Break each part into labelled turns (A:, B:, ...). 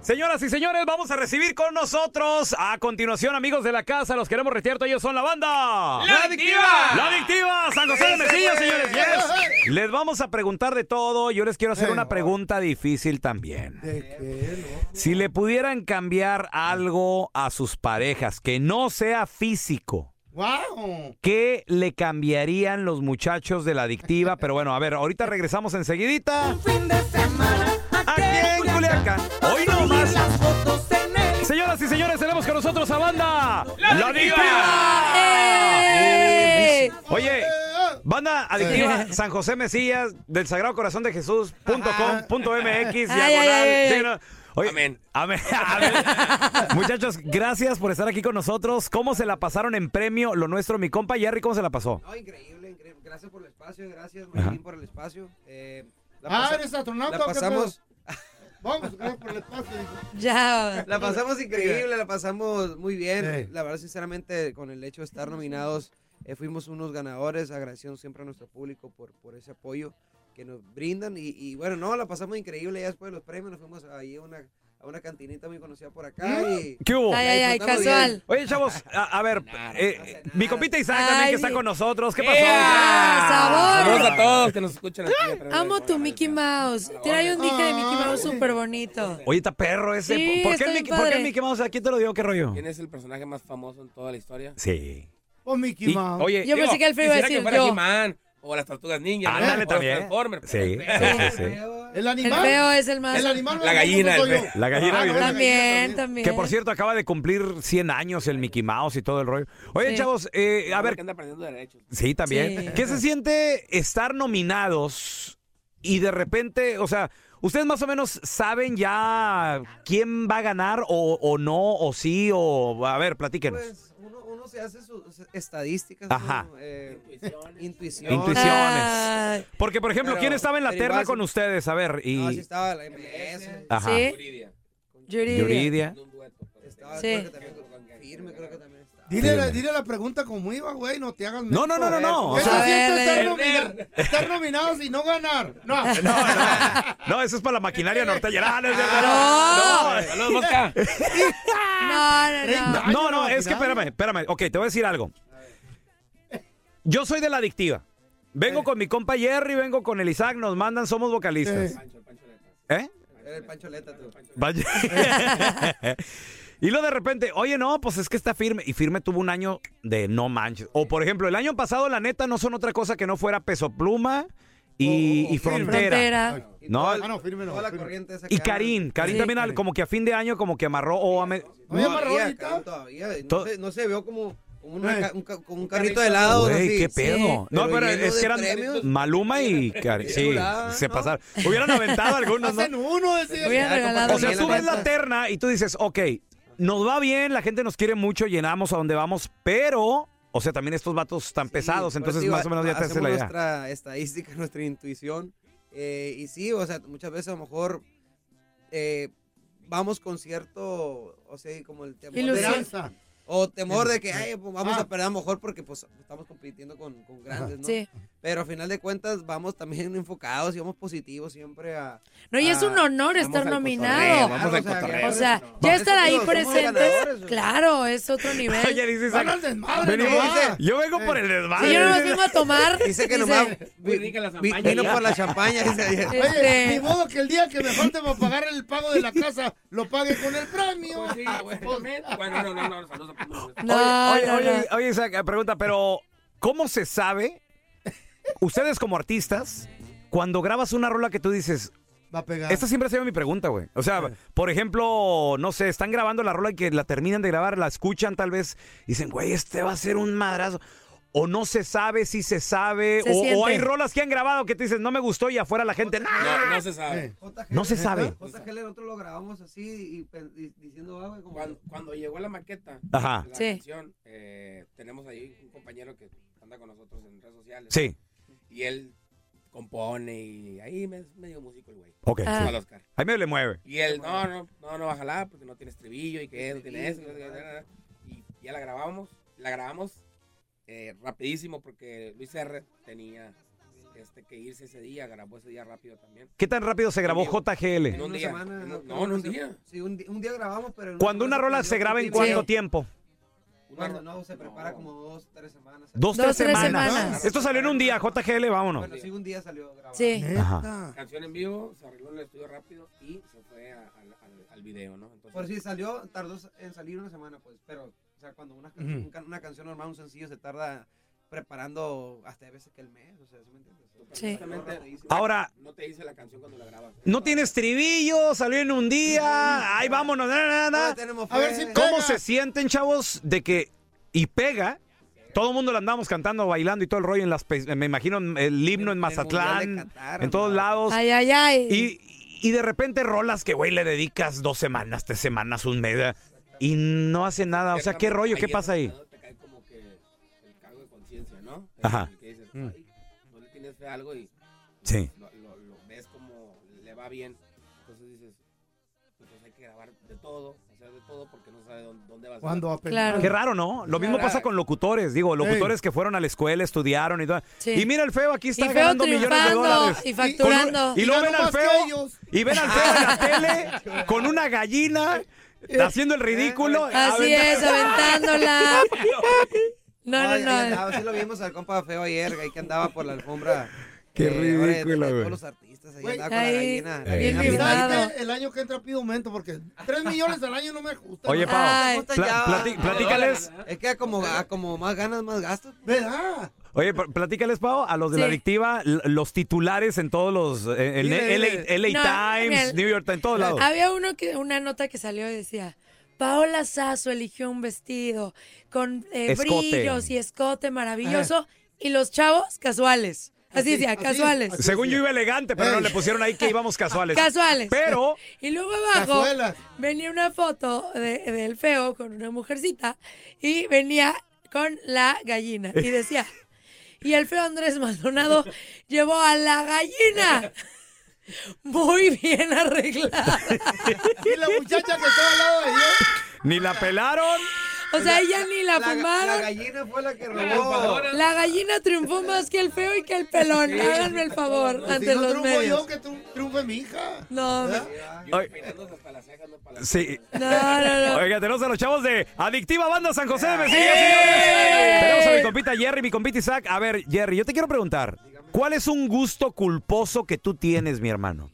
A: Señoras y señores, vamos a recibir con nosotros a continuación, amigos de la casa, los queremos retierto, ellos son la banda.
B: ¡La Adictiva!
A: ¡La Adictiva! ¡San José de Mesilla, señores! yes. Les vamos a preguntar de todo, yo les quiero hacer una pregunta difícil también. Si le pudieran cambiar algo a sus parejas que no sea físico,
C: ¡Wow!
A: ¿qué le cambiarían los muchachos de la adictiva? Pero bueno, a ver, ahorita regresamos enseguidita. Aquí en Culiacán. Hoy no más. Señoras y señores, tenemos con nosotros a banda La,
D: Ah, ¡Eh!
A: Oye, banda adictiva San José Mesías del Sagrado Corazón de Jesús punto com, punto MX,
D: Ay, ay,
A: diagonal,
D: ay.
A: sí, no. Oye,
B: Amén.
A: amén, amén. Muchachos, gracias por estar aquí con nosotros. ¿Cómo se la pasaron en premio lo nuestro? Mi compa Jerry, ¿cómo se la pasó?
E: No, increíble, increíble. Gracias por el espacio, gracias, Martín, por el espacio. Eh, la
C: Ah,
E: pasa-
C: eres astronauta.
E: La
C: ¿o qué
E: pasamos,
C: pedo? Vamos, gracias por el espacio.
D: Ya.
E: la pasamos increíble, la pasamos muy bien.
C: Sí.
E: La verdad, sinceramente, con el hecho de estar nominados, eh, fuimos unos ganadores. Agradeciendo siempre a nuestro público por, por ese apoyo que nos brindan. Y, y bueno, no, la pasamos increíble. Ya después de los premios nos fuimos ahí a una, a una cantinita muy conocida por acá.
C: ¿Mm?
E: Y,
A: ¿Qué hubo?
D: Ay, ay, ay,
E: Disfrutamos
D: casual.
E: bien.
A: Oye, chavos, a, a ver, eh,
E: hace
A: mi
E: nada.
A: compita Isaac también
D: Ay,
A: que está
D: mi-
A: con nosotros. ¿Qué pasó?
D: ¡Sabor!
B: Saludos a todos que nos escuchan aquí. a través de-
D: Amo tu Mickey Mouse. Trae un dije de Mickey Mouse súper bonito.
A: Oye, está perro ese.
D: Sí,
A: ¿Por, qué
D: está
A: el
D: bien
A: Mickey, ¿Por qué el
D: padre.
A: Mickey Mouse? ¿A quién te lo dio? ¿Qué rollo?
B: ¿Quién es el personaje más famoso en toda la historia?
A: Sí.
C: Oh, Mickey
A: Y-
C: Mouse.
B: Oye,
D: Yo pensé que el Feo iba a
B: quisiera
D: decir
B: que fuera
D: yo.
B: He-Man, o las Tortugas Ninja, ¿no?
A: Ándale
B: o
A: Ah, también.
B: Los Transformers. pero
A: Sí.
B: el Feo.
A: Sí, sí, sí.
C: el
D: El
C: animal.
D: feo es el más.
C: El animal.
B: La gallina,
C: soy
B: el
C: yo.
A: La gallina
C: Ah, no,
A: viviente.
C: la
D: También, también.
A: Que por cierto acaba de cumplir 100 años el Mickey Mouse y todo el rollo. Oye,
D: Sí.
A: chavos, eh, a ver,
B: Que anda aprendiendo derechos.
A: sí, también.
D: Sí.
A: ¿Qué se siente estar nominados y de repente, o sea, ustedes más o menos saben ya quién va a ganar o, o no, o sí, o a ver, platíquenos.
E: Pues uno, uno se hace sus estadísticas,
A: Ajá.
E: ¿no? Eh, intuición.
A: Intuición.
D: Ay,
A: Porque, por ejemplo,
E: Pero-
A: ¿quién estaba en la
E: pero
A: terna
E: igual
A: con
E: sí-
A: ustedes? A ver, y...
E: No, sí estaba la MS.
A: Ajá.
D: Sí.
B: Yuridia.
D: Yuridia.
A: Yuridia.
B: Un dueto.
D: Sí.
E: Estaba creo que también con firme, creo que también estaba.
C: Dile, la- dile la pregunta como iba, güey, no te hagas...
A: No, no, no, no, no. O
C: Eso
A: sea,
D: A ver,
C: siempre estar,
D: a
C: nomina- estar nominados y no ganar. No.
A: no, eso es para la maquinaria norteña. No, no, es cierto,
D: No.
A: no.
B: Saludos, Mosca.
D: No, no, no.
A: No, Ah, no, es que espérame, espérame. Ok, te voy a decir algo. Yo soy de la adictiva. Vengo con mi compa Jerry, vengo con el Isaac, nos mandan, somos vocalistas. ¿Eh?
E: Era el pancholeta tú.
A: Vaya. y luego de repente, oye, no, pues es que está firme. Y firme tuvo un año de no manches. O por ejemplo, el año pasado, la neta, no son otra cosa que no fuera peso pluma y,
C: O- o
A: y
C: Firme.
A: oh, frontera.
D: Frontera.
E: Y
A: No,
E: toda
A: el-
E: la-
C: Ah, no, firme no,
E: Toda la
C: firme.
E: corriente esa
A: Y
E: que anda.
A: Karim, Karim
D: Sí.
A: también al- como que a fin de año como que amarró o a me-
C: ¿No llama
E: Todavía,
C: Raúl
E: Karim,
C: ahorita?
E: todavía. No se, no se vio como, como
C: Eh.
E: una, ca- un, ca- como un carrito de helado.
A: Güey,
E: así.
A: qué pedo. no,
E: pero
A: pero
E: lleno
A: es
E: de
A: que eran
E: premios.
A: Maluma y Karim. Sí,
E: Chulada,
A: se
E: ¿no?
A: pasaron. Hubieran aventado algunos,
C: Hacen
A: ¿no?
C: uno, decía.
D: Hubieran
E: Ya,
D: regalado.
A: O sea,
E: También,
A: tú
E: la
A: ves la
E: neta.
A: terna y tú dices, ok, nos va bien, la gente nos quiere mucho, llenamos a donde vamos, pero, o sea, también estos vatos tan
E: Sí,
A: pesados,
E: por
A: entonces
E: eso
A: más o
E: digo,
A: menos ya te haces
E: hacemos
A: la idea.
E: nuestra estadística, nuestra intuición. eh, y sí, o sea, muchas veces a lo mejor eh, vamos con cierto, o sea, como el temor, de,
D: Ilusión.
C: Esperanza.
E: o temor de que ay, pues, vamos
C: Ah.
E: a perder a lo mejor porque pues estamos compitiendo con, con grandes, ¿no?
D: Sí.
E: Pero a final de cuentas vamos también enfocados y vamos positivos siempre a...
D: No, y es un honor
E: vamos
D: estar
E: al
D: nominado.
E: cotorreo, vamos al cotorreo.
D: O sea,
E: No.
D: ya
E: Vamos.
D: estar ahí
E: Eso digo, somos
D: presentes,
E: ganadores, o sea.
D: claro, es otro
A: Oye,
D: nivel.
A: dice Isaac,
C: Van al desmadre,
A: venimos-
C: nomás.
A: yo vengo por el
D: Si yo no me
A: desmadre.
D: fuimos a tomar,
E: Dice que
D: dice,
E: nomás
B: Muy
E: vi-
B: rica la
E: vi-
B: champaña.
E: vino por la champaña. dice.
D: Este-
C: Oye, ni modo que el día que me falte para pagar el pago de la casa, lo pague con el premio.
B: Pues sí, güey. Bueno, no, no, no. Saludos a todos.
D: no,
A: oye,
D: no,
A: oye,
D: no.
A: oye, Isaac, pregunta, pero ¿cómo se sabe, ustedes como artistas, cuando grabas una rola que tú dices,
C: Va a pegar.
A: Esta siempre ha sido mi pregunta, güey. O sea, por ejemplo, no sé, están grabando la rola y que la terminan de grabar, la escuchan tal vez, y dicen, güey, este va a ser un madrazo. O no se sabe si se sabe,
D: Se
A: o, o
D: siente.
A: hay rolas que han grabado que te dicen, no me gustó, y afuera la gente, "Nah".
B: No, no se sabe.
C: Eh,
E: JGL,
A: No se sabe.
E: JGL, nosotros lo grabamos así y, pen- y diciendo, ah, güey, como...
B: Cuando, cuando llegó la maqueta,
A: Ajá.
B: la
D: Sí.
B: canción, eh, tenemos ahí un compañero que anda con nosotros en redes sociales.
A: Sí.
B: Y él compone y ahí me, es medio músico el güey.
A: Ok,
D: Ah.
A: sí.
B: Al Oscar.
A: Ahí medio le mueve.
B: Y él, no, no, no, no va a jalar porque no tiene estribillo y que no tiene eso. Y ya la grabamos, la grabamos eh, rapidísimo porque Luis R. tenía este, que irse ese día, grabó ese día rápido también.
A: ¿Qué tan rápido se grabó
B: Amigo.
A: JGL?
B: En un
E: una
B: día.
E: semana,
B: En un-
E: ¿no?
B: no, en un día.
E: Sí, un, di- un día grabamos, pero... en una
A: Cuando una
E: semana
A: rola
E: se
A: se
E: terminó
A: graba en
E: completamente.
A: cuánto
D: Sí.
A: tiempo?
E: Cuando no, se prepara como dos, tres semanas.
A: Dos,
D: Dos,
A: tres,
D: tres
A: semanas.
D: semanas.
A: Esto salió en un día, JGL, vámonos.
E: Bueno, sí, un día salió grabado.
D: Sí.
E: Ah.
A: Ajá.
B: Canción en vivo, se arregló en el estudio rápido y se fue a- al, al- al video, ¿no? Entonces,
E: Por si salió, tardó en salir una semana, pues, pero, o sea, cuando una, canción- un can- una canción normal, un sencillo, se tarda preparando hasta a veces que el mes, o sea, ¿sí me entiendes?
D: Sí.
B: Exactamente.
A: Ahora-
B: pues, No te dice la canción cuando la grabas.
A: No tiene estribillo, salió en un día. Ay, vámonos. na, na, na.
E: Todavía tenemos
C: A ver
E: fe.
C: si-
A: ¿Cómo
C: Pega.
A: se sienten, chavos, de que y pega? Todo el mundo la andamos cantando, bailando y todo el rollo en las pe- me imagino el himno en
E: En el Mundial
A: Mazatlán,
E: de Qatar,
A: en todos
E: hermano.
A: lados
D: Ay, ay, ay.
A: y y de repente rolas que güey le dedicas dos semanas, tres semanas, un mes y no hace nada, o sea, qué rollo, qué
B: es
A: pasa ahí?
B: cuando Te cae como que el cargo de conciencia, ¿no?
A: Ajá.
B: El que dices,
A: Mm.
B: "Ay, no le tienes fe a algo y
A: Sí.
B: lo, lo- lo ves como le va bien. Entonces dices, pues hay que grabar de todo, hacer de todo porque no sabe dónde, dónde vas
C: ¿Cuándo va a
D: Claro.
C: pegar?
A: Qué raro, ¿no? Lo mismo pasa con locutores, digo, locutores que furon a la escuela, estudiaron y todo.
D: Sí.
A: Y mira el feo, aquí
D: Y
A: está
D: feo
A: ganando millones de
D: triunfando
A: dólares.
D: y facturando.
A: Con un- Y luego ven
C: Ganó
A: al
C: más que
A: feo.
C: ellos.
A: Y ven al feo en la tele con una gallina haciendo el ridículo.
D: Eh, Así es, aventándola. No, no,
E: Ay, ahí
D: no.
E: andaba, sí lo vimos al compa feo ayer, ahí que andaba por la alfombra.
A: Qué
E: eh, ahora de- de
A: ridículo, güey.
E: Todos los artistas, ahí
C: Güey.
E: andaba con la
D: Ahí,
E: gallina. la
A: Eh.
C: Y
E: gallina
D: Bien
E: pintada.
C: quizás
D: privado.
C: este, el año que entra pido aumento porque 3 millones al año no me Ah, gusta.
A: Oye,
C: ¿no?
A: Pao,
D: Ay.
E: Puta,
A: Pla-
E: ya.
A: platí- platícales,
E: Es que a como, a como más ganas, más gastos.
C: ¿Verdad?
A: oye, pl- platícales, Pau, a los de la
D: Sí.
A: adictiva, l- los titulares en todos los, eh, en
C: Dile,
A: LA,
C: dile.
A: LA
D: No,
A: Times,
D: mira.
A: New York, Times, en todos lados.
D: Había uno que, una nota que salió y decía, Paola Sasso eligió un vestido con eh,
A: Escote.
D: brillos y escote maravilloso y los chavos casuales. Así,
C: Así,
D: decía,
C: así,
D: casuales.
C: así.
A: Según yo iba elegante, pero no
C: Ey.
A: le pusieron ahí que íbamos casuales.
D: Casuales.
A: Pero,
D: Y luego abajo
C: Cazuelas.
D: venía una foto de- del feo con una mujercita y venía con la gallina y decía, y el feo Andrés Maldonado llevó a la gallina. Muy bien arreglada.
C: Y la muchacha que estaba al lado de ella.
A: ni la pelaron.
D: O sea, ella ni la,
E: ga- la
D: fumaron.
E: gallina fue la que robó.
B: triunfadora.
D: La gallina triunfó más que el feo y que el pelón. Háganme el favor
C: Pues Si
D: ante
C: no
D: los
C: triunfo yo,
D: medios.
C: que tru- triunfe mi hija.
D: No,
C: ¿Verdad?
A: Oye.
B: Peinándose hasta las cejas, no para las
A: Sí.
D: no, no, no.
A: Oiga, tenemos a los chavos de Adictiva Banda San José de Mesillas,
D: ¡Eh!
A: señores. Tenemos a mi compita Jerry, mi compita Isaac. A ver, Jerry, yo te quiero preguntar, ¿cuál es un gusto culposo que tú tienes, mi hermano?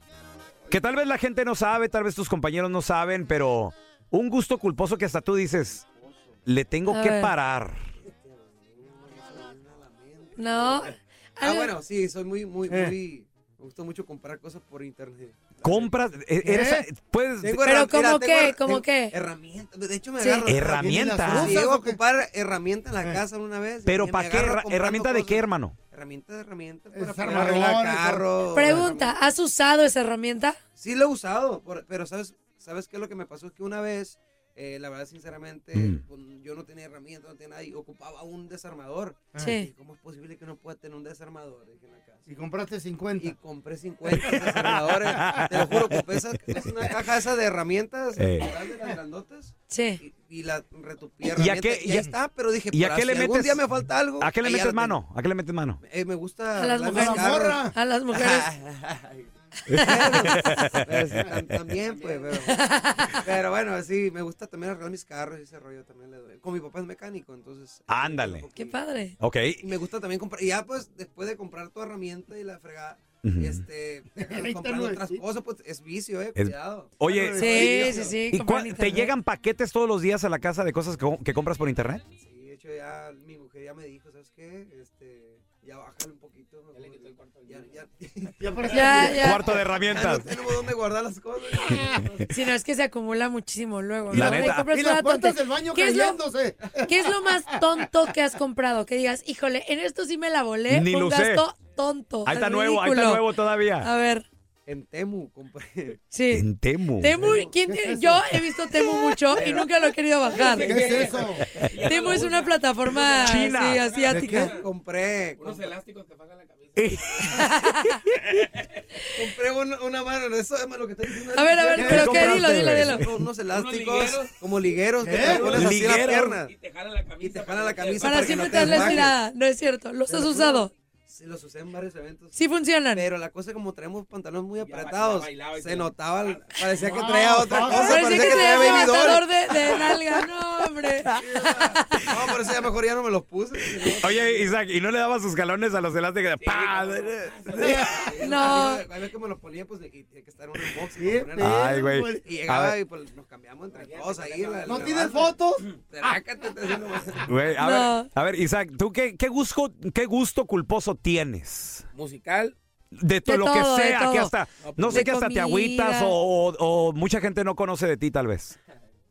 A: Que tal vez la gente no sabe, tal vez tus compañeros no saben, pero un gusto culposo que hasta tú dices, le tengo
D: A
A: que
D: ver.
A: parar.
D: No.
E: Ah, bueno, sí, soy muy, muy,
A: Eh.
E: muy. Me gusta mucho comprar cosas por internet.
A: Compras, e-
E: ¿Eh?
A: eres, puedes,
D: Pero
E: herram-
D: ¿cómo
E: mira,
D: qué?
E: her-
D: ¿Cómo
E: tengo
D: qué?
E: Herramientas. De hecho, me
D: Sí. Eh.
E: agarro.
A: herramientas.
C: ¿Herramientas?
E: Sí, llego a comprar herramientas en la casa una vez.
A: Pero
E: me
A: ¿para qué?
E: agarro
A: herra-
E: comprando
A: ¿Herramienta de qué,
E: cosas.
A: hermano?
E: Herramientas, herramientas.
C: Es
E: Para poder
C: armador,
E: arreglar
C: es-
E: carros.
D: Pregunta, ¿has usado esa herramienta?
E: Sí lo he usado, por- pero ¿sabes, ¿sabes qué? Lo que me pasó es que una vez, eh, la verdad, sinceramente,
A: Mm.
E: con- yo no tenía herramientas, no tenía nada, y ocupaba un desarmador. Y
D: Ah. Sí.
E: ¿Cómo es posible que no pueda tener un desarmador Dije en la casa?
C: Si compraste
E: Y
C: 50.
E: compré 50 desarmadores. Te lo juro, compré esa, es una caja esa de herramientas,
A: Eh.
E: ¿verdad? de las grandotas.
D: Sí.
E: Y, y la retupí
A: a qué-
E: herramienta. Y
A: y a-
E: ahí está, pero dije,
A: y a
E: para
A: qué le
E: si algún
A: metes-
E: día me falta algo.
A: ¿A qué le
E: ahí ya
A: metes
E: la tengo.
A: mano? ¿A qué le metes mano?
E: Eh, me gusta.
D: A las
E: arreglar
D: mujeres.
E: mis
C: A la
E: carros.
C: morra.
D: A las mujeres.
E: Pero sí, tam- también, pues, pero, pero bueno, sí, me gusta también arreglar mis carros y ese rollo también le doy. Con mi papá es mecánico, entonces.
A: Ah, Ándale.
D: Qué padre.
A: Ok.
E: Y me gusta también comprar, y ya pues, después de comprar tu herramienta y la fregada,
A: Ujú.
E: este, te acabas
C: Ahí está
E: comprando
C: lo
E: otras
C: de-
E: cosas, pues, es vicio, eh,
A: Es-
E: cuidado.
A: Oye,
D: Sí, sí, sí.
A: ¿Y
D: comprar
A: cuál-
D: en
A: te
D: internet.
A: llegan paquetes todos los días a la casa de cosas que, que compras por internet?
E: Sí, de hecho ya mi mujer ya me dijo, ¿sabes qué? Este, ya bájale un poquito. Ya le quitó el cuarto. Ya, ya,
C: Ya aparece-
D: Ya, ya.
A: Cuarto de
E: ya no
A: herramientas.
E: tenemos dónde guardar las cosas.
D: Si no es que se acumula muchísimo luego.
A: La
D: ¿no? Te
A: neta.
D: compras
C: Y
D: toda
C: las puertas
D: tontería.
C: del baño
D: ¿Qué es lo-
C: cayéndose.
D: ¿Qué es lo más tonto que has comprado? Que digas, híjole, en esto sí me la volé.
A: Ni
D: fue un
A: lo sé.
D: gasto tonto.
A: Ahí está
D: ridículo.
A: nuevo, ahí está nuevo
D: A
A: todavía.
D: ver,
E: En Temu compré.
D: sí.
A: En Temu.
D: Temu, ¿quién tiene- Yo he visto Temu mucho y nunca lo he querido bajar.
C: ¿Qué es eso?
D: Temu es una plataforma
A: China.
D: sí, asiática.
E: Compré.
B: Unos
E: compré-
B: elásticos que pagan la camisa.
E: Compré una, una mano, eso es lo que estoy diciendo.
D: A ver, a ver, pero qué, dilo, dilo, dilo.
E: Unos- Unos elásticos,
B: ligueros.
E: como ligueros, que te pones así en la
A: Liguero.
E: pierna.
B: Y te jalan la camisa.
E: Y te jalan la camisa
D: Para
E: que
D: siempre
E: no
D: te das la
E: desmajes.
D: estirada. No es cierto. Los
E: Te
D: has
E: lo juro,
D: usado.
E: Se los usé en varios eventos.
D: Sí funcionan.
E: Pero la cosa es como traemos pantalones muy
B: bailaba,
E: apretados,
B: bailaba y
E: se
B: todo. Ah,
E: notaba, el- parecía que traía otra cosa,
D: Parecía
E: parecía
D: que traías
E: baby doll.
D: levantador de, de nalga. No, hombre.
E: No, por eso ya mejor ya no me los puse.
A: Oye, Isaac, ¿y no le daba sus galones a los elásticos? ¡Pah!
D: No.
E: A ver que me los ponía, pues, y tenía que estar en un box.
C: Sí,
A: Ay, güey.
E: Y
A: A
E: llegaba
A: ver.
E: y pues, nos cambiamos entre todos ahí. la-
C: ¿No
E: la
C: tienes
E: banda.
C: fotos?
E: Trácate, te decimos.
A: Güey, a,
D: No.
A: ver, a ver, Isaac, ¿tú qué, qué, gusto, qué gusto culposo tienes?
B: Musical.
A: De, to-
D: De
A: lo
D: todo,
A: que
D: de
A: sea, que
D: todo.
A: hasta,
B: No,
A: no
D: pues,
A: sé,
D: de
A: que hasta te
D: comida.
A: agüitas o, o- o mucha gente no conoce de ti, tal vez.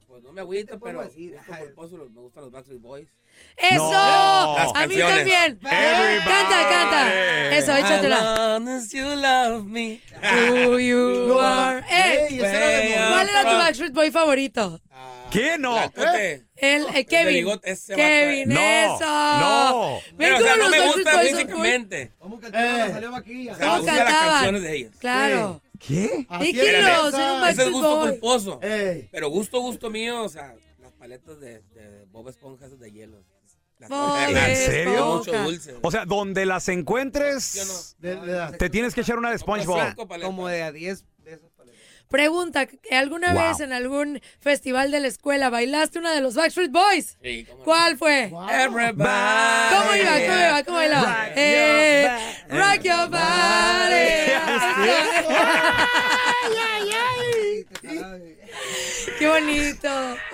B: Pues no me agüito,
E: pongo
B: pero
E: así?
B: gusto culposo, los- me gustan los Backstreet Boys.
D: ¡Eso!
A: Las
D: A mí
A: canciones.
D: también. Canta, canta. Eso, échatela.
B: As long as you love me.
D: Who you are.
C: Ey,
D: Eh,
C: esa era de
B: Güey,
D: ¿Cuál era tu
B: ah.
D: Backstreet Boy favorito?
B: Ah,
A: ¿Qué no?
B: Este, el altote.
D: El, eh,
B: de
D: Kevin.
B: bigote, ese
D: Kevin,
A: vato, eh.
D: eso.
A: No, no.
D: Ven
B: Pero, o sea,
D: cómo
B: no
D: los
B: me
D: Backstreet
B: gusta
D: Boys son muy-
B: físicamente.
E: ¿Cómo
C: Eh.
E: cantaban? Salió vaquilla.
B: O sea, me
D: No,
B: gustan las
D: cantaban.
B: canciones de ellos.
D: Claro.
A: ¿Qué?
C: Así
D: Dígelo,
C: era.
D: ser un
B: Ese es
D: Backstreet
B: gusto
D: Boy.
B: culposo.
C: Ey.
B: Pero gusto, gusto mío, o sea, las paletas de, de Bob Esponja esas de hielo. Las
D: Bob
A: ¿En
B: paletas de
A: serio?
B: hielo,
D: Esponja.
B: Mucho dulce.
A: O sea, donde las encuentres,
C: De- de edad.
A: te tienes que echar una de SpongeBob.
B: Cinco paletas.
E: Como de a 10 de esas
B: Ah,
E: paletas.
D: Pregunta, ¿alguna
A: Wow.
D: vez en algún festival de la escuela bailaste una de los Backstreet Boys?
B: Sí, cómo no.
D: ¿Cuál fue?
C: Wow.
B: Everybody.
D: ¿Cómo iba? ¿Cómo iba? ¿Cómo bailaba? Eh, Rock your body.
E: Y te jalaba, y-
D: Qué bonito.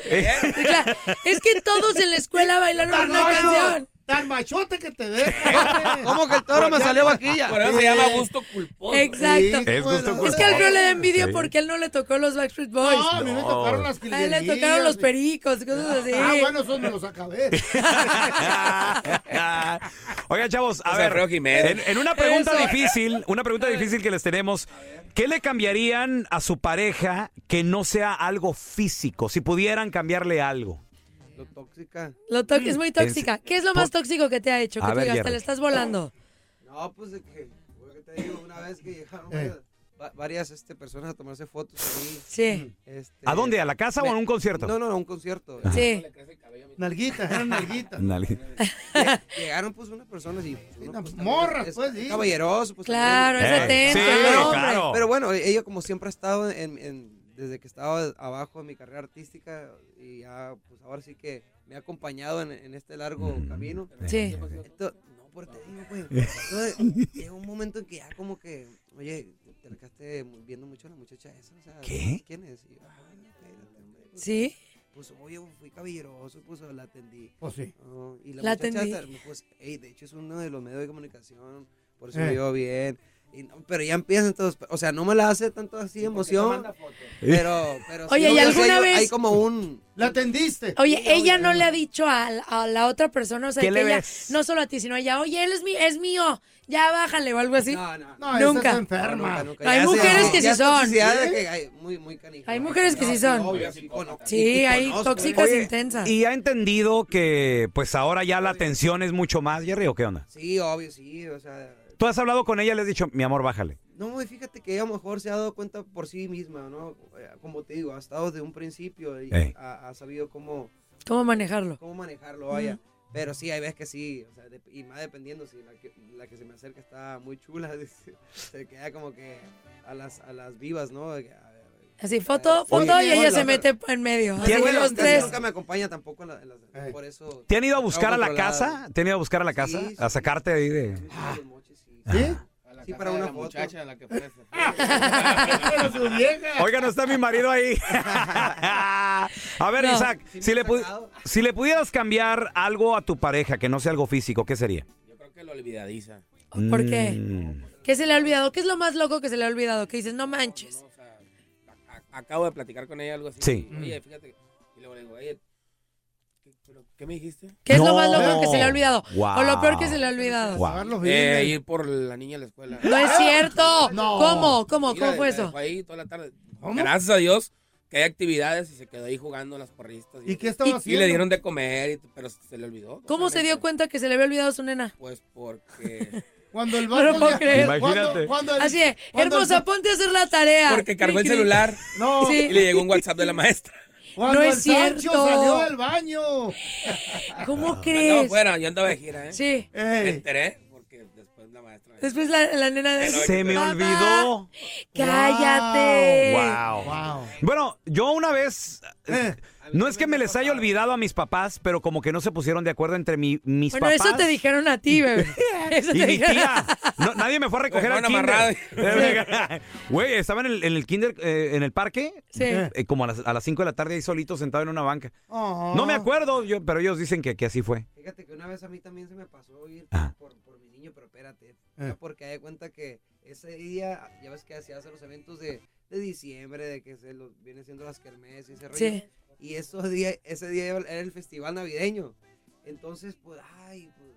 A: Eh.
D: Y claro, Es que todos en la escuela bailaron
C: Tan
D: una
C: macho,
D: canción.
C: Tan machote que te deja.
E: ¿Cómo que el toro me salió vaquilla?
B: Por eso se llama gusto
A: Oh,
B: culposo.
D: Exacto.
A: Es gusto
D: Es que al
A: culposo.
D: Flo le da envidia
A: Sí.
D: porque él no le tocó los Backstreet Boys.
C: No, a mí me
A: No.
C: tocaron las
D: A él le tocaron
C: criolillas,
D: los
C: y-
D: pericos, y cosas así.
C: Ah, bueno, esos me los acabé.
A: Oigan, chavos, a
B: O sea,
A: ver.
B: Alfredo Jiménez.
A: En, en una pregunta
D: Eso.
A: difícil, una pregunta difícil que les tenemos. ¿Qué le cambiarían a su pareja que no sea algo físico? Si pudieran cambiarle algo.
E: Lo tóxica.
D: Lo to- es muy tóxica. ¿Qué es lo más tóxico que te ha hecho? Que
A: A
D: tú
A: ver,
D: digas, te
A: Jerry.
D: la estás volando.
E: No, pues de que, güey, ¿qué te digo, una vez que
A: Eh.
E: llegaron varias- va- varias este, personas a tomarse fotos ahí.
D: Sí,
E: este,
A: ¿A dónde? ¿A la casa o a un concierto?
E: No, no, a un concierto.
D: sí.
C: Nalguitas, eran nalguitas.
A: Dale.
E: Llegaron pues unas personas y... pues, uno,
C: pues,
E: también
C: morras,
E: es-
C: pues,
E: es
C: sí.
E: Caballeroso, pues...
D: Claro,
E: también.
D: es
A: Eh,
D: atento.
A: sí,
D: no, hombre.
A: claro.
E: Pero bueno, ella como siempre ha estado en, en- desde que estaba abajo en mi carrera artística y ya, pues ahora sí que me ha acompañado en, en este largo camino.
D: Sí.
E: Ento- no, pero te digo, güey. entonces, Llega un momento en que ya como que, oye, te la quedaste mu- viendo mucho a la muchacha esa. O sea,
A: ¿Qué?
E: ¿Quién es? Y yo, "Ay, espérate, hombre, pues,
D: Sí.
E: Pues, oye, fui caballeroso, pues la atendí.
C: Pues sí.
E: Oh, y la,
D: La
E: muchacha
D: atendí.
E: hasta- pues, ey, de hecho es uno de los medios de comunicación, por eso
C: Eh.
E: me vio bien. Y no- pero ya empieza entonces, o sea, no me la hace tanto así emoción, pero, pero sí,
D: Oye, ¿y
E: o sea,
D: alguna
E: hay-
D: vez-
E: Hay como un...
C: La atendiste.
D: Oye, ella no le ha dicho a, la- a la otra persona, o sea,
A: ¿Qué
D: que
A: le
D: ella,
A: ves?
D: no solo a ti, sino a ella, oye, él es, mi, es mío, ya bájale o algo así.
E: No, no, no.
C: No, esa
D: Nunca.
C: es
E: Ah,
C: enferma.
D: Hay mujeres que sí
E: ya
D: son.
E: toxicidad de que hay- muy, muy canija.
D: Hay mujeres que sí son.
E: obvio, sí, con-
D: Sí,
E: y
D: hay
E: conozco,
D: tóxicas
E: oye,
D: intensas.
A: ¿Y ha entendido que pues ahora ya la atención es mucho más, Jerry, o qué onda?
E: Sí, obvio, sí, o sea...
A: Tú has hablado con ella y le has dicho, mi amor, bájale.
E: No, y fíjate que ella a lo mejor se ha dado cuenta por sí misma, ¿no? Eh, Como te digo, ha estado desde un principio y
A: Ey.
E: ha- ha sabido cómo...
D: ¿Cómo manejarlo?
E: cómo manejarlo, vaya. Pero sí, hay veces que sí, o sea, dep- y más dependiendo si la que, la que se me acerca está muy chula, dice, se queda como que a las, a las vivas, ¿no? De que, a ver,
D: Así, foto, foto
E: Oye,
D: y ella
E: hola.
D: se mete en medio. Así,
A: Tiene-
E: Bueno,
D: los
E: casi
D: tres.
E: nunca me acompaña tampoco, en la- en las-
C: Ey.
E: por eso...
A: ¿Te han ido a buscar a la
E: Trabajo controlado.
A: casa? Ah. ¿Te han ido a buscar a la
E: Sí,
A: casa?
E: sí.
A: A sacarte ahí de...
E: Sí, moche, sí.
C: ¿Sí?
E: Sí, para una foto.
B: la que fue.
C: Pero su vieja.
A: Oiga, no está mi marido ahí. a ver,
D: No.
A: Isaac,
E: Sí,
A: si
E: me
A: le,
E: he
A: pu-
E: sacado.
A: si le pudieras cambiar algo a tu pareja que no sea algo físico, ¿qué sería?
B: Yo creo que lo olvidadiza.
D: ¿Por qué?
A: Mm.
D: ¿Qué se le ha olvidado? ¿Qué es lo más loco que se le ha olvidado? Que dices, no manches.
B: No, o sea, a- a- acabo de platicar con ella algo así.
A: Sí.
B: y, Oye, fíjate. Y luego le digo, oye, ¿qué, pero qué me dijiste?
D: ¿Qué es lo
A: No.
D: más loco que se le ha olvidado?
A: Wow.
D: O lo peor que se le ha olvidado.
A: Wow.
C: Pagar los
B: Eh,
C: billetes.
B: ir por la niña a la escuela.
D: No es cierto.
C: No.
D: ¿Cómo? ¿Cómo?
B: Mira,
D: ¿Cómo fue
B: la
D: eso?
B: dejó ahí toda la tarde.
C: ¿Cómo?
B: Gracias a Dios que hay actividades y se quedó ahí jugando las porristas.
C: ¿Y qué estaba
D: y-
B: Sí,
C: haciendo?
B: le dieron de comer, y t- pero se le olvidó.
D: ¿Cómo se dio
B: totalmente.
D: cuenta que se le había olvidado a su nena?
B: Pues porque
F: Cuando el
D: No
F: vato.
D: lo puedo
F: ya-
D: creer.
A: Imagínate.
F: Cuando, cuando el-
D: Así es,
F: cuando el-
D: hermosa, ponte a hacer la tarea.
B: Porque cargó el
D: Cri, cri.
B: celular
F: No,
D: Sí.
B: y le llegó un WhatsApp de la maestra.
F: cuando
D: No
F: el
D: es
F: Sancho
D: cierto.
F: salió del baño.
D: ¿Cómo
B: Andaba
D: crees?
B: afuera, yo andaba de gira, ¿eh?
D: Sí.
B: Me
F: Ey,
B: enteré porque después la maestra. me-
D: Después la, la nena de...
A: Se me
D: Mamá,
A: olvidó.
D: Cállate.
A: Wow.
F: wow.
A: Bueno, yo una vez.
F: Eh,
A: No es que me les haya olvidado a mis papás, pero como que no se pusieron de acuerdo entre mi- mis
D: Bueno,
A: papás.
D: eso te dijeron a ti, bebé. Eso
A: Y
D: te
A: mi
D: dijeron.
A: tía. No, nadie me fue a recoger
B: Me
A: al
B: dejaron
A: kinder. Güey, estaba en el, en el kinder, eh, en el parque,
D: Sí.
A: eh, como a las, a las 5 de la tarde ahí solito sentado en una banca.
D: Ah.
F: Oh.
A: No me acuerdo, yo, pero ellos dicen que, que así fue.
E: Fíjate que una vez a mí también se me pasó ir
A: Ajá.
E: por, por mi niño, pero espérate. fue
F: Eh.
E: Porque hay cuenta que ese día, ya ves que se hacen los eventos de, de diciembre, de que se los vienen siendo las kermés y ese rollo.
D: Sí.
E: Y esos días, ese día era el festival navideño. Entonces, pues, ay, pues,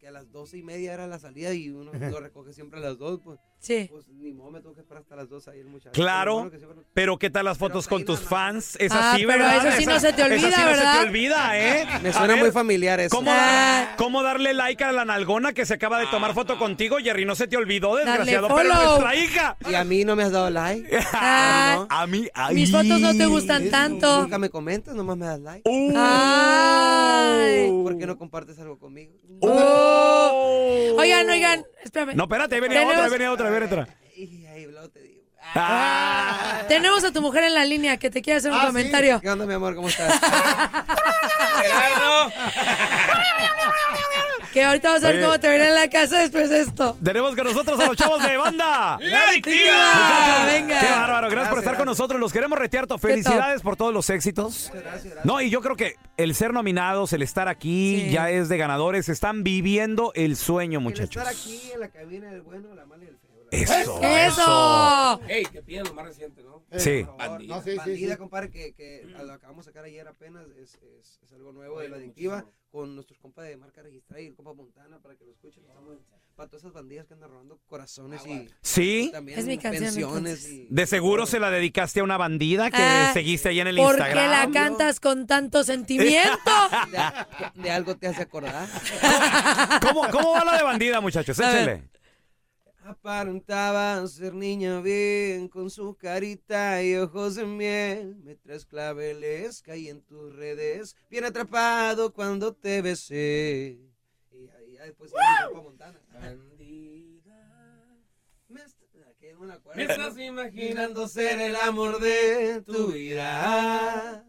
E: que a las doce y media era la salida y uno lo recoge siempre a las dos, pues,
D: Sí.
E: pues ni modo me tengo que esperar hasta las dos ahí el muchacho.
A: Claro.
E: Bueno, que siempre nos-
A: Pero ¿qué tal las fotos
E: Pero
A: con
E: ahí
A: tus
E: nada más.
A: fans? Es
D: Ah,
A: así,
D: pero
A: ¿verdad?
D: eso sí
A: Esa-
D: no se te
A: esa sí
D: olvida,
A: no se
D: ¿verdad?
A: te olvida, ¿eh?
E: Me
A: A
E: suena
A: ver,
E: muy familiar eso.
A: ¿Cómo,
D: Ah.
A: cómo darle like a la nalgona que se acaba de tomar foto contigo, Jerry? No se te olvidó, desgraciado, pero
D: follow.
A: nuestra hija.
E: Y a mí no me has dado like.
D: Ah,
E: ¿no?
A: A mí, ay.
D: Mis fotos no te gustan tanto.
E: Nunca me comentas, nomás me das like.
A: Uh.
D: Ay.
E: ¿Por qué no compartes algo conmigo?
A: Uh. Oh.
D: Oigan, oigan, espérame.
A: No, espérate, ahí venía otra, ahí venía otra, ahí venía otra.
E: Y ahí luego te digo. Ah,
A: Ah.
D: Tenemos a tu mujer en la línea que te quiere hacer un
F: Ah, sí.
D: comentario.
E: ¿Qué onda, mi amor? ¿Cómo estás?
B: ¡Gerardo!
D: Que ahorita vas a ver
A: Oye.
D: cómo te verán en la casa después de esto.
A: Tenemos con nosotros a los chavos de banda.
B: ¡La
D: Ah,
B: adictiva!
D: venga.
A: Qué bárbaro, gracias, por
E: Gracias,
A: estar con
E: gracias.
A: nosotros. Los queremos retear. to. Felicidades por todos los éxitos. No, y yo creo que el ser nominados, el estar aquí,
D: Sí.
A: ya es de ganadores. Están viviendo el sueño,
E: El
A: muchachos. Este,
E: estar aquí en la cabina del bueno, la mala y el feo. La
A: Eso, eso.
D: ¡Eso!
B: Ey, que piden lo más reciente, ¿no?
F: Eh,
A: Sí.
E: por favor,
B: Bandida.
F: No, sí, sí,
E: Bandida,
F: sí.
E: compadre, que, que
A: Mm.
E: lo acabamos de sacar ayer apenas. Es, es, es algo nuevo de la adictiva. Con nuestros compas de marca registrada y el compa Montana para que lo escuchen. Estamos para todas esas bandidas que andan robando corazones y
A: Sí,
E: también
D: Es mi canción,
E: pensiones.
D: entonces.
E: y-
A: de seguro se la dedicaste a una bandida que
D: Ah,
A: seguiste ahí en el
D: ¿Por qué
A: Instagram.
D: la cantas con tanto sentimiento?
E: de, de algo te hace acordar.
A: ¿Cómo, ¿Cómo va la de bandida, muchachos?
D: A ver.
A: Échale.
E: Aparentaba ser niña bien con su carita y ojos de miel. Me traes claveles, caí en tus redes, bien atrapado cuando te besé. Y ahí pues, ya después se fue a Montana.
B: Bandida.
E: Me est- aquí no me acuerdo.
B: Me estás imaginando
E: Imaginando ser el amor de tu vida.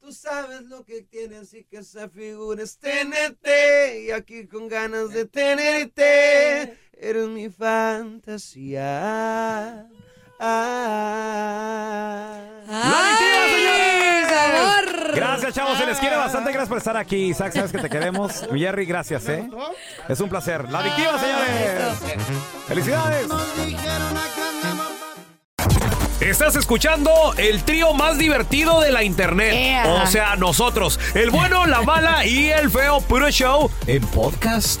E: Tú sabes lo que tienes y que esa figura es tenerte. Y aquí con ganas de tenerte, eres mi fantasía. Ah.
D: ¡Ay, sabor!
A: Gracias, chavos. Se les quiere bastante. Gracias por estar aquí. Isaac, sabes que te queremos. Mi Jerry, gracias, ¿eh?
F: ¿No?
A: Es un placer. La adictiva, señores. Felicidades. Estás escuchando el trío más divertido de la internet.
D: Yeah.
A: O sea, nosotros. El bueno, la mala y el feo puro show en podcast.